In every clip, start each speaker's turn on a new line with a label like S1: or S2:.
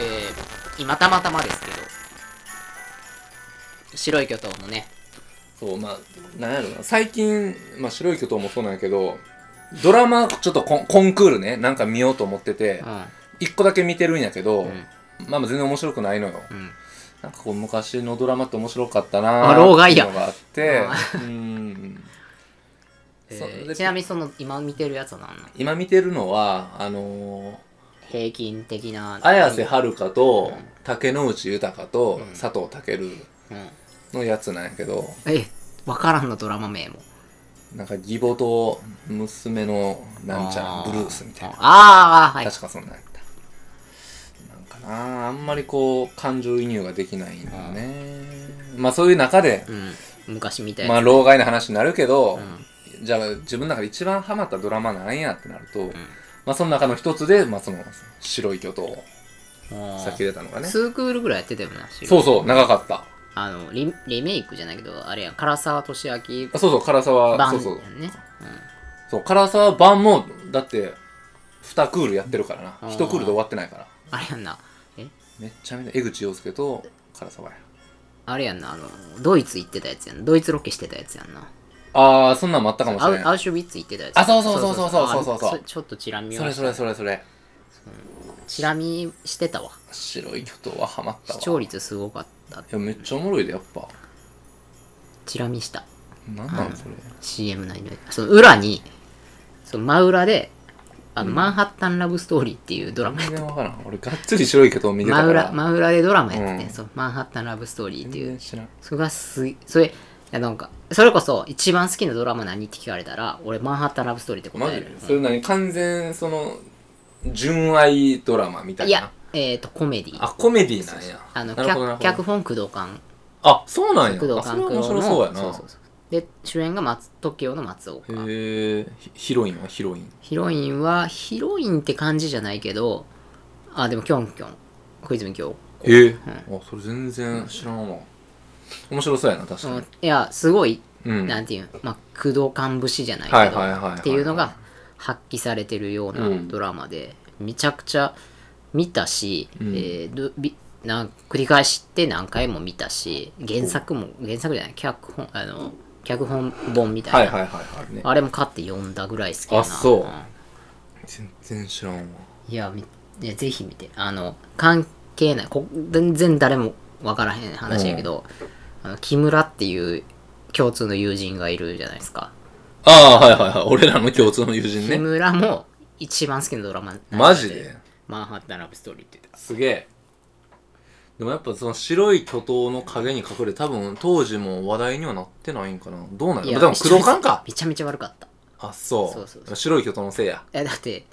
S1: えー、今たまたまですけど、白い巨頭のね、
S2: そうまあなんやろな最近、まあ、白い巨頭もそうなんやけどドラマちょっとコンコンクールねなんか見ようと思ってて
S1: うん、
S2: 一個だけ見てるんやけど、
S1: うん、
S2: まあまあ全然面白くないのよ
S1: うん。
S2: なんかこう昔のドラマって面白かったな
S1: あ老害や
S2: っていうのがあってうん
S1: え
S2: そう
S1: ー
S2: で
S1: ちなみにその、今見てるやつは何なの
S2: 今見てるのはあのー
S1: 平均的な。
S2: 綾瀬はるかと竹野内豊と
S1: うん
S2: 佐藤健
S1: うん。
S2: のやつなんやけど
S1: え、わからんのドラマ名も。
S2: なんか義母と娘のなんちゃら
S1: あ
S2: ブルースみたいな
S1: あーあー、はい。
S2: 確かそんなんやったなんかなああんまりこう感情移入ができないんだよねまあそういう中で
S1: うん。昔みたい
S2: ま
S1: な。
S2: あ老害な話になるけど
S1: う、ん。
S2: じゃあ自分の中で一番ハマったドラマなんやってなると、
S1: ん
S2: まあその中の一つで、まあその白い巨頭、
S1: あー
S2: さっき出たのがね。そ
S1: ツークールぐらいやってたよな、
S2: うそう、長かった。
S1: あのリリメイクじゃないけど、あれや、唐沢俊明
S2: あそうそう、唐沢、
S1: 版
S2: そ
S1: や
S2: うそう。
S1: んね。
S2: そう、唐沢版も、だって、二クールやってるからな。
S1: ー
S2: 一クールで終わってないから。
S1: あれやんな、え
S2: めっちゃめちゃ、江口洋介と唐沢や。
S1: あれやんな、あの、ドイツ行ってたやつやんな。ドイツロケしてたやつやんな。
S2: あー、そんなんもあったかもし
S1: アウ
S2: れ
S1: ア
S2: ない。
S1: ウシュビッツ行ってたやつ
S2: あそうそうそうそうそうそうそうそう
S1: あちょっとチラ見
S2: そ
S1: を
S2: れそれそれそれ。
S1: チラ見してたわ。
S2: 白い巨頭はハマったわ。
S1: 視聴
S2: い
S1: 率すごかった。
S2: や、めっちゃおもろいで、やっぱ。
S1: チラ見した。
S2: なんなんそれ。
S1: CM 内の。その裏に、その真裏で、あの、マンハッタンラブストーリーっていうドラマやっ
S2: 全然わからん。俺、がっつり白い巨頭見てた
S1: 真
S2: か
S1: 裏、
S2: ら。
S1: 真裏でドラマやってて、
S2: うん
S1: そのマンハッタンラブストーリーっていう
S2: 全然知らん。
S1: それがすいそれいやなんかそれこそ一番好きなドラマ何って聞かれたら俺マンハッタンラブストーリーって
S2: マ
S1: 答
S2: ジ
S1: え
S2: で
S1: る
S2: それ何完全その純愛ドラマみたい
S1: い
S2: な
S1: やえっ、とコメディ
S2: あコメディなんや
S1: あの
S2: なるほどなる
S1: 脚脚
S2: ほど
S1: 本工藤官
S2: あそうなんや
S1: 工藤
S2: あそれ
S1: 官
S2: は
S1: 九
S2: 面
S1: 郎
S2: 白
S1: の
S2: そうやな
S1: そうそうそうで主演が松 TOKIO の松岡
S2: へえヒヒロインはヒロイン
S1: ヒロインはヒロインって感じじゃないけどあでもキョンキョン小泉今
S2: へえあそれ全然知らんわ面白そうやな確
S1: 日、うん、
S2: か
S1: いやすごい、
S2: にうん
S1: なんていうまあ工藤官節じゃないけど、
S2: はいはいはいはい
S1: っていうのが発揮されてるようなドラマで、めちゃくちゃ見たし、
S2: うん
S1: えーどびなん繰り返して何回も見たし原作も原作じゃない脚本あの脚本本みたいな、
S2: はいはいはいはいね
S1: あれも買って読んだぐらい好きやな
S2: あそうん全然知らんわ
S1: いやみいやぜひ見てあの関係ないこ全然誰も分からへん話やけど、あの木村っていう共通の友人がいるじゃないですか、
S2: ああはいはいはい俺らの共通の友人
S1: 木
S2: ね
S1: 村も一番好きなドラマなんだって
S2: マジで
S1: マンハッタンラブストーリーって言ってた
S2: すげえでもやっぱその白い巨頭の影に隠れ多分当時も話題にはなってないんかなどうなん
S1: い
S2: や
S1: や
S2: ろでも工藤官か
S1: めちゃめちゃ悪かった
S2: あそう
S1: そうそうそ
S2: 白い巨頭のせいや
S1: えだって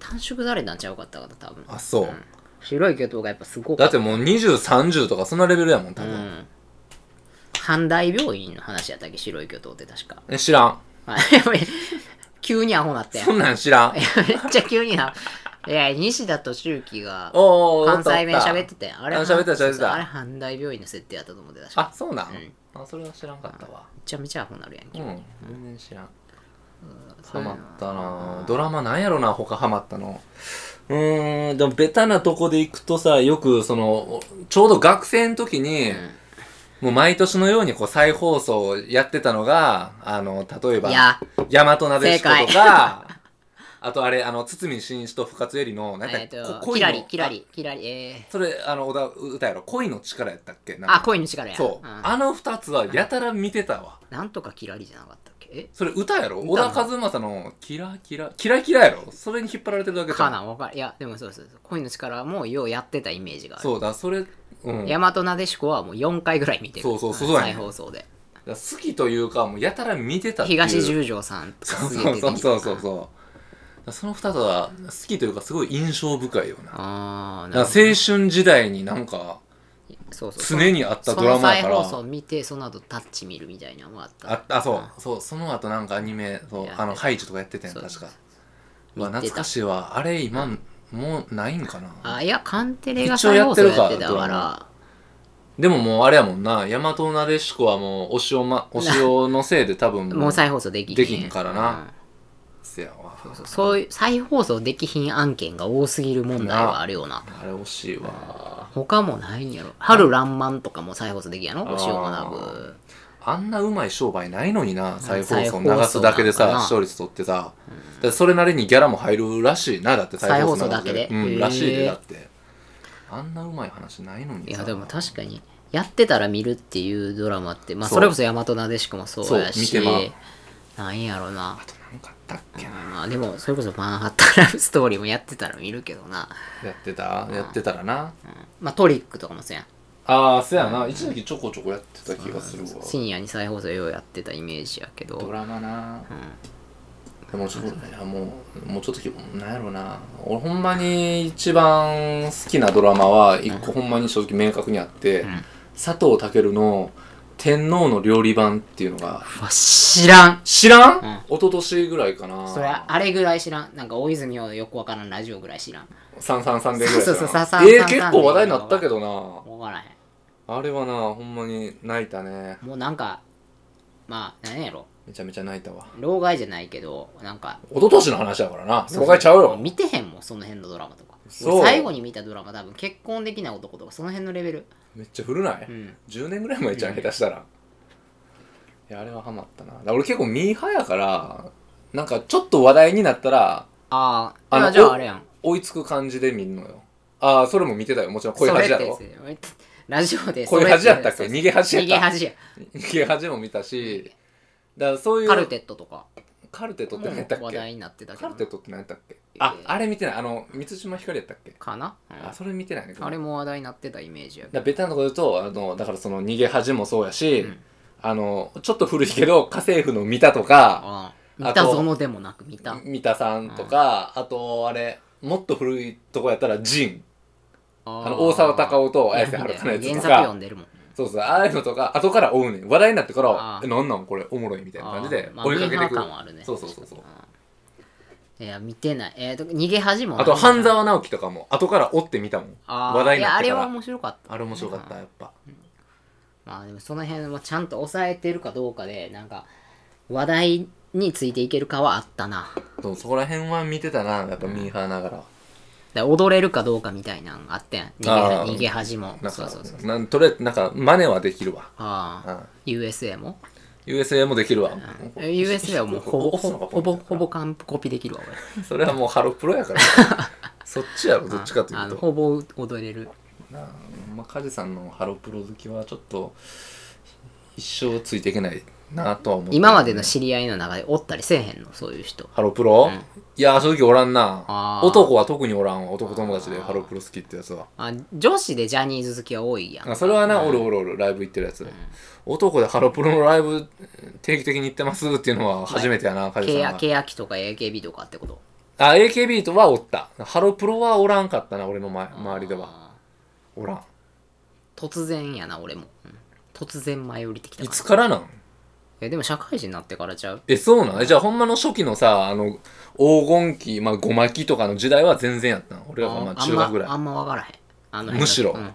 S1: 単色されたんちゃうかったかな多分
S2: あそう、
S1: ん白い巨頭がやっぱすごか
S2: だ
S1: っ
S2: ってもう2030とかそんなレベルやもん多
S1: たう
S2: 分、
S1: ん阪大病院の話やったっけ白い巨頭って確か
S2: え知らん
S1: あやばい急にアホなったやん
S2: そんなん知ら ん
S1: めっちゃ急にな。いや、西田敏行が
S2: おーおーお
S1: 関西弁喋って
S2: た
S1: たやん。あれ、
S2: あ喋ってた喋ってた
S1: そうそうあれ、阪大病院の設定やったと思ってたし。め
S2: あそうなん、あそれは知らんかったわ
S1: ちゃめちゃアホなるやん
S2: う
S1: け。
S2: ん全然知らん
S1: そ
S2: ハ
S1: うや
S2: マ
S1: な
S2: ったなドラマなんやろな他ハマったのうーんでもベタなとこで行くとさよくそのちょうど学生の時に、
S1: ん
S2: もう毎年のようにこう再放送をやってたのがあの例えば
S1: いや、
S2: 大和なでしこ
S1: 正
S2: とか、 あとあれ、あの、堤真一と深津絵里の、なんか、
S1: えっ、
S2: こと
S1: キ
S2: 恋の
S1: ラリ、キラ。リ、キラリ、えー
S2: あ。それ、あの、小田歌やろ、恋の力やったっけなんか
S1: あ、恋の力や。
S2: そう、
S1: ん
S2: あの二つはやたら見てたわ。
S1: なんとかキラリじゃなかったっけえ
S2: それ歌やろ小
S1: 歌
S2: 田和正のキラキラ、キラキラやろそれに引っ張られてるだけじゃ
S1: か
S2: ん
S1: なわかる。いや、でもそうそうそう。恋の力もようやってたイメージがある。
S2: そうだ、それ、うん。
S1: 大和なでしこはもう4回ぐらい見てる。
S2: そうそうそうんそうやね
S1: 再放送で。
S2: だから好きというか、もうやたら見てたっていう。
S1: 東十条さんとか
S2: そう
S1: すげえ
S2: そう
S1: 出てき
S2: そう
S1: た
S2: そうそうそう。だからその二つは好きというか、すごい印象深いよな。
S1: あー、
S2: だから
S1: なる
S2: 青
S1: ほど
S2: 春時代になんか、
S1: そうそうそう
S2: 常にあったドラマやか
S1: その再放送
S2: ら。
S1: 見てその後タッチ見るみたいなのもあった
S2: あ、あそう、そう、その後なんかアニメ、そう
S1: や、
S2: あの、
S1: や
S2: ハイジとかやってたやん、
S1: そう
S2: 確か。うわ、
S1: 見てた
S2: 懐かしいわ。あれ、今、もうないんかな。
S1: あいやカンテレが
S2: 一応
S1: 再
S2: やっ
S1: 放
S2: て
S1: 送
S2: るか
S1: やってた
S2: ドラ
S1: か
S2: マ
S1: ら
S2: でももうあれやもんな、大和なでしこはもう、お塩ま、お塩のせいで多分
S1: もう再放送できひ
S2: できひんからなせやわ
S1: そう そういう再放送できひん案件が多すぎる問題はあるよな
S2: あれ惜しいわ
S1: 他もないんやろ春らんまんとかも再放送できんやろ星を学ぶ
S2: あんなうまい商売ないのにな再放
S1: 再
S2: 送
S1: 放
S2: 流
S1: 送
S2: すだけで
S1: なんか
S2: さ
S1: な
S2: 視聴率取ってさ、だってそれなりにギャラも入るらしいなだって
S1: 再放送
S2: 流す
S1: だけで
S2: う
S1: へ
S2: ん、
S1: ー
S2: らしいでだってあんなうまい話ないのにさ
S1: いやでも確かにやってたら見るっていうドラマってまあ
S2: そう
S1: それこそ大和なでしこもそうや
S2: そ
S1: し
S2: う見てま
S1: なんやろな
S2: あとなんかあったっけな、
S1: まあでもそれこそマンハッタンラブストーリーもやってたら見るけどな
S2: やってたやってたらな
S1: まあトリックとかもそうやん
S2: ああそやな一時期ちょこちょこやってた気がするわ
S1: 深夜に再放送ようやってたイメージやけど
S2: ドラマな、でもちょっといやもうもうちょっときなんやろうな俺ほんまに一番好きなドラマは一個ほんまに正直明確にあって、
S1: ん
S2: 佐藤健の「天皇の料理版」っていうのが
S1: うわ知らん
S2: 知らん、
S1: ん
S2: 一昨年ぐらいかな
S1: それあれぐらい知らんなんか大泉洋のよくわからんラジオぐらい知らん
S2: 333でぐらいかな
S1: そうそうそう333
S2: えー、結構話題になったけどな
S1: わからへ
S2: あれはなほんまに泣いたね
S1: んもうなんかまあ何やろ
S2: めちゃめちゃ泣いたわ
S1: 老害じゃないけどなんか
S2: 一昨年の話だからなそこがちゃうよ
S1: 見てへんもんその辺のドラマとか
S2: そう
S1: 俺最後に見たドラマ多分結婚できない男とかその辺のレベル
S2: めっちゃ古ない、
S1: うん
S2: 10年ぐらい前じゃん下手したらいやあれはハマったなだから俺結構ミーハーやからなんかちょっと話題になったら
S1: あー
S2: あの
S1: あじゃああれやん
S2: 追いつく感じで見んのよああそれも見てたよもちろん恋恥だろ
S1: それってやつラジオで
S2: 恋恥やったっけ逃げ恥や
S1: 逃
S2: っ
S1: げ
S2: た
S1: 恥や
S2: 逃げ恥も見たしだからそういう
S1: カルテットとか
S2: カルテットって何やったっ
S1: も話題
S2: け
S1: になってたけど
S2: カル
S1: な
S2: テットって何やったっけあ
S1: えー
S2: あれ見てないあの満島ひかりやったっけ
S1: かな、うん
S2: あそれ見てないね
S1: あれも話題になってたイメージやけど
S2: だからベタなとこで言うとあのだからその逃げ恥もそうやし、
S1: うん
S2: あのちょっと古いけど家政婦の見たとか
S1: あ
S2: あ
S1: ー見た
S2: と
S1: ぞのでもなく見た
S2: 三田さんとか、あとあれもっと古いとこやったらジン
S1: あ
S2: あの大沢たか
S1: お
S2: おと綾瀬はるかのやつ
S1: 原作
S2: と
S1: 読
S2: か
S1: んでるもん
S2: そうそうああいうのとか後から追うねん話題になってか
S1: あ
S2: ら
S1: ー
S2: えなんなんこれおもろいみたいな感じで
S1: あーまあ
S2: 追いかけて
S1: ミーハ
S2: く
S1: ー
S2: る、
S1: 感はあるね
S2: そうそうそうそう
S1: うんいや見てないえーと逃げ恥も
S2: あと半
S1: 沢
S2: 沢直樹とかも後から追ってみたもん話
S1: 話
S2: 題
S1: 題
S2: に
S1: に
S2: な
S1: な
S2: っ
S1: っててかららあ
S2: か
S1: れは
S2: あれ
S1: 面白かった
S2: 面白かったやっぱ
S1: まあでもその辺もちゃんと抑えてるかどうかでなんか話題についていけるかはあったな
S2: そうそこら辺は見てたなやっぱミーハーながら、
S1: で踊れるかどうかみたいなのがあってん
S2: あ
S1: 逃
S2: ー
S1: げ逃げ恥も
S2: なん
S1: そ
S2: か
S1: うそうそう
S2: なんとりあえずなんか真似はできるわ、
S1: あ
S2: う
S1: あ
S2: ん、
S1: USA も
S2: USA もできるわ、
S1: え USA はもうほぼ ほぼほぼほぼ完コピできるわ俺
S2: それはもうハロプロやから そっちやろどっちかと
S1: あ
S2: いう
S1: の
S2: と
S1: ほぼ踊れる
S2: なあまあ梶さんのハロプロ好きはちょっと一生ついていけないなとは思って
S1: 今までの知り合いの中でおったりせえへんのそういう人
S2: ハロプロ、いやー正直おらんな
S1: あー
S2: 男は特におらんわ男友達でハロプロ好きってやつは
S1: あ女子でジャニーズ好きは多いやん
S2: あそれはな、おるおるおるライブ行ってるやつ、男でハロプロのライブ定期的に行ってますっていうのは初めてやな梶
S1: ケ
S2: さ
S1: ヤ
S2: んは
S1: ケヤキとか AKB とかってこと
S2: あ AKB とはおったハロプロはおらんかったな俺の前周りでは
S1: あ
S2: おらん
S1: ー突然やな俺も、うん突然前降りてきた
S2: い
S1: から
S2: つからなん
S1: いやでも社会人になってからちゃう
S2: え、そうなんえじゃあ、ほんまの初期のさ、あの、黄金期、まあ、ごまきとかの時代は全然やったん。俺らがまあ
S1: あん
S2: 中学ぐらい
S1: あ。んま分からへんあの
S2: むしろ
S1: うん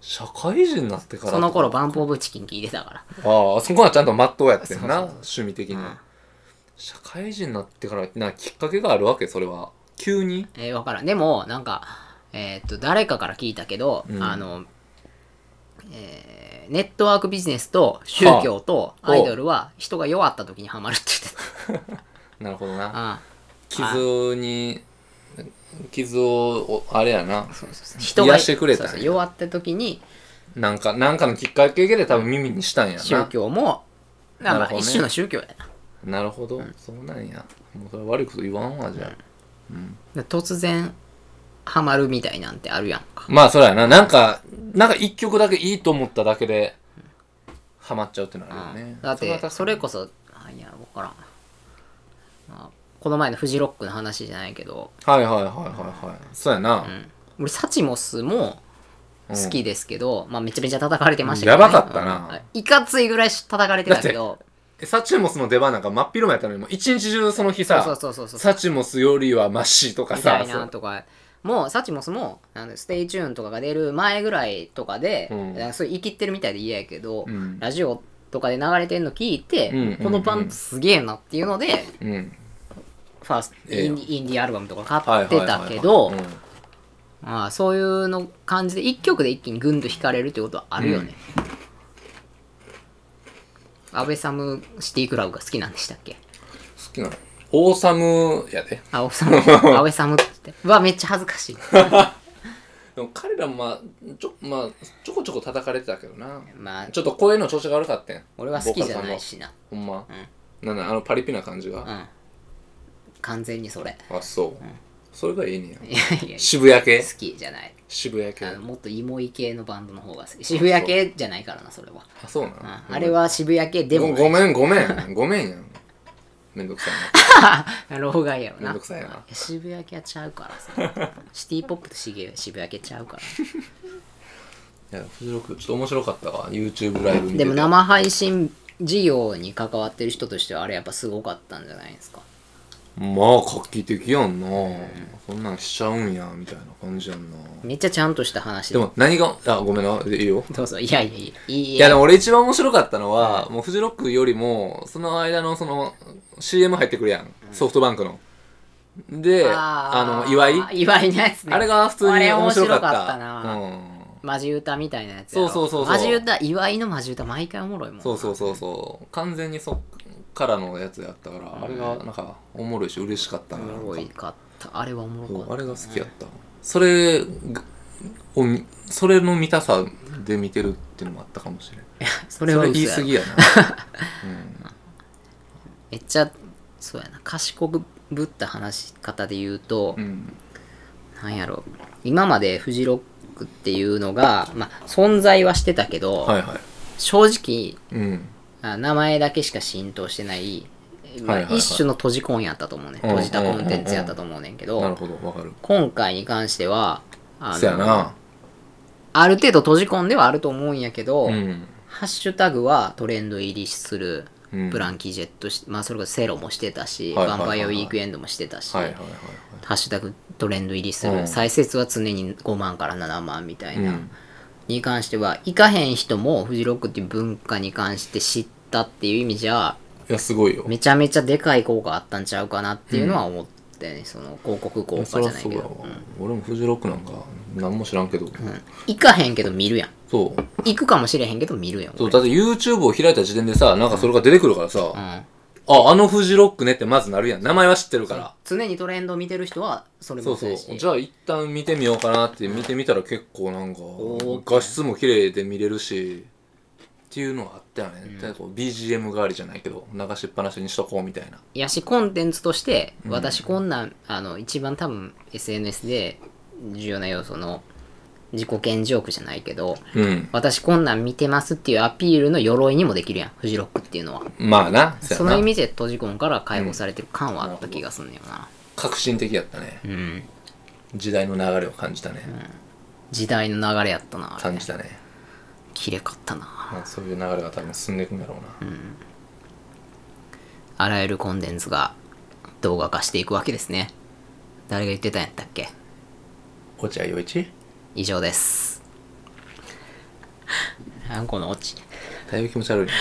S2: 社会人になってから。
S1: その。頃バンプオブチキン聞いてたから
S2: ああ、そこはちゃんとまっとうやってんな、
S1: そう
S2: 趣味的に、
S1: うん
S2: 社会人になってから、な、きっかけがあるわけ、それは。急に
S1: えー、分からんでもなんかえーっと誰かから聞いたけど、
S2: うん
S1: あのえーネットワークビジネスと宗教と
S2: はあ
S1: アイドルは人が弱った時にハマるって言 って
S2: なるほど
S1: た、
S2: な。
S1: うん
S2: 傷に、傷を、おあれやな。
S1: 人
S2: 癒
S1: が
S2: してくれたんや
S1: そうそう弱った時に
S2: なんか、なんかのきっかけで多分耳にしたんや
S1: 宗
S2: な。
S1: 教も
S2: な
S1: なんか
S2: るほどね
S1: 一種の宗教やな
S2: なるほど、そうなんや。もうそれ悪いこと言わんわ、じゃあ。
S1: で突然ハマるみたいなんてあるやんか
S2: まあそうやな。なんか、なんか一曲だけいいと思っただけで、ハマっちゃうってのはあるよね。
S1: だっ
S2: れは
S1: て
S2: 確かに
S1: それこそ何やろ分からん、まあ、この前のフジロックの話じゃないけど、
S2: はいはいはいはいはい。そうやな
S1: う。ん、俺サチモスも
S2: うん
S1: 好きですけど、まあめちゃめちゃ叩かれてましたけど、
S2: やばかったな
S1: うんいかついぐらい叩かれてたけど
S2: えサチモスの出番なんか真っ昼間やったのに、もう一日中その日
S1: そう
S2: さ、
S1: そうそうそうそう
S2: サチモスよりはマシとか
S1: みた
S2: さ
S1: い、なとかもうサチモスもあのステイチューンとかが出る前ぐらいとかで、
S2: うん
S1: なんかそう生きってるみたいで嫌やけど、
S2: うん
S1: ラジオとかで流れてんの聞いて、
S2: うん
S1: このバンドすげえなっていうので
S2: そううん。
S1: ファースト、
S2: ええ
S1: インディインディーアルバムとか
S2: は
S1: 買っ
S2: いはい
S1: て
S2: はいはい
S1: たけど、
S2: うん
S1: まあそういうの感じで一曲で一気にぐんと惹かれるってことはあるよね、安倍サムシティクラブが好きなんでしたっけ
S2: 好きなのオーサムやで
S1: あ、おさ む、安倍さむって。うわ、めっちゃ恥ずかしい。
S2: でも彼らもまあちょ,、まあ、ちょこちょこ叩かれてたけどな
S1: まあ、
S2: ちょっと声の調子が悪かったん
S1: 俺は好きじゃないしな。
S2: ボーカルさんはほんま、なんなんあのパリピな感じ
S1: う
S2: が、
S1: ん。完全にそ れ。
S2: あそう、それがいいねや
S1: いやいや、好
S2: 渋谷系
S1: きじゃない。
S2: 渋谷系
S1: あのもっとイモイ系のバンドの方が好き。渋谷系じゃないからな、それは。
S2: あそうな
S1: うん
S2: の
S1: あれは渋谷系でも
S2: ご
S1: ない。
S2: ごめんごめんごめんやんめんどくさい
S1: 老害やろ
S2: なめん
S1: な
S2: ど。くさいな
S1: 渋谷系はちゃうからさ。シティポップと渋谷系ちゃうから。
S2: いやフジロックちょっと面白かったわ YouTube ライブ見て
S1: で
S2: て
S1: も生配信事業に関わってる人としては、あれやっぱすごかったんじゃないですか。
S2: まあ画期的やんな、そんなんしちゃうんやみたいな感じやんな
S1: めっちゃちゃんとした話
S2: でも何があごめんないいよ
S1: どうぞ。いやいやいや。いい
S2: いやでも俺一番面白かったのは、もうフジロックよりもその間のその CM 入ってくるやん、ソフトバンクのであの岩井あ
S1: 岩井のやつね
S2: れが普通
S1: あ
S2: に
S1: れ
S2: 面白かった
S1: 面白かったな
S2: うん、
S1: マジ歌みたいなやつやろ
S2: そうそうそうそ
S1: マ
S2: う
S1: ジ歌岩井のマジ歌毎回おもろいもん
S2: そうそうそうそう完全にそっからのやつやったから、あれがなんかおもろいし嬉しかった
S1: お
S2: ななんか
S1: もろいかったあれはおもろ
S2: そ
S1: かった
S2: うあれが好きやったそれがを見それの見たさで見てるっていうのもあったかもしれん
S1: それは嘘
S2: 言い
S1: や
S2: 過
S1: ろ
S2: ぎやな、
S1: めっちゃそうやな賢くぶった話し方で言うと
S2: うん、うん
S1: なんやろ今までフジロックっていうのが、まあ、存在はしてたけど、
S2: はいはい
S1: 正
S2: うん
S1: 直あ名前だけしか浸透してない、まあ
S2: はいはいはい
S1: 一種の閉じコンやったと思うね
S2: うんうんうん
S1: 閉じたコンテンツやったと思うねんけど、
S2: なるほどわかる
S1: 今回に関してはあ
S2: そやな
S1: ある程度閉じ込んではあると思うんやけど、
S2: うん
S1: ハッシュタグはトレンド入りする、
S2: うん
S1: ブランキージェットし、まあ、それこそセロもしてたし、
S2: はいはい
S1: ヴ
S2: はい
S1: ァン
S2: は
S1: パ
S2: い
S1: イアウィークエンドもしてたし、
S2: はいはいはいはい
S1: ハッシュタグトレンド入りする、
S2: うん
S1: 再生数は常に5万から7万みたいうな、
S2: ん
S1: に関しては行かへん人もフジロックっていう文化に関して知ったっていう意味じゃ
S2: いやすごいよ
S1: めちゃめちゃでかい効果あったんちゃうかなっていうのは思って、ねその広告効果じ
S2: そり
S1: ゃ
S2: ゃ
S1: ない
S2: そう
S1: け
S2: や
S1: ど
S2: わ、、俺もフジロックなんか何も知らんけど、
S1: うん行かへんけど見るやん
S2: そう
S1: 行くかもしれへんけど見るやん
S2: そうだって YouTube を開いた時点でさなんかそれが出てくるからさ、
S1: うん
S2: あ、あのフジロックねってまずなるやん。名前は知ってるから。
S1: 常にトレンドを見てる人はそれ
S2: そ
S1: も
S2: う
S1: そ
S2: そう
S1: や
S2: う。
S1: し
S2: じゃあ一旦見てみようかなって見てみたら結構なんか
S1: おー、
S2: 画質も綺麗で見れるし、っていうのはあったよね。でこう BGM 代わりじゃないけど、流しっぱなしにしとこうみたいな。
S1: いやしコンテンツとして私こんなん、あの一番多分 SNS で重要な要素の自己顕示欲じゃないけど
S2: うん。
S1: 私こんなん見てますっていうアピールの鎧にもできるやんフジロックっていうのは
S2: まあな、そ
S1: そうの
S2: や
S1: 意
S2: な。
S1: 味で閉じ込むから解放されてる感はあった気がすんのよな
S2: 革新的やったね。
S1: うん、
S2: 時代の流れを感じたね。
S1: 時代の流れやったなあれ
S2: 感じたね。
S1: きれかったな
S2: まあそういう流れが多分進んでいくんだろうな。
S1: あらゆるコンテンツが動画化していくわけですね誰が言ってたんやったっけ
S2: 落合陽一
S1: 以上です。あんこのオチ。
S2: だいぶ気持ち悪いね。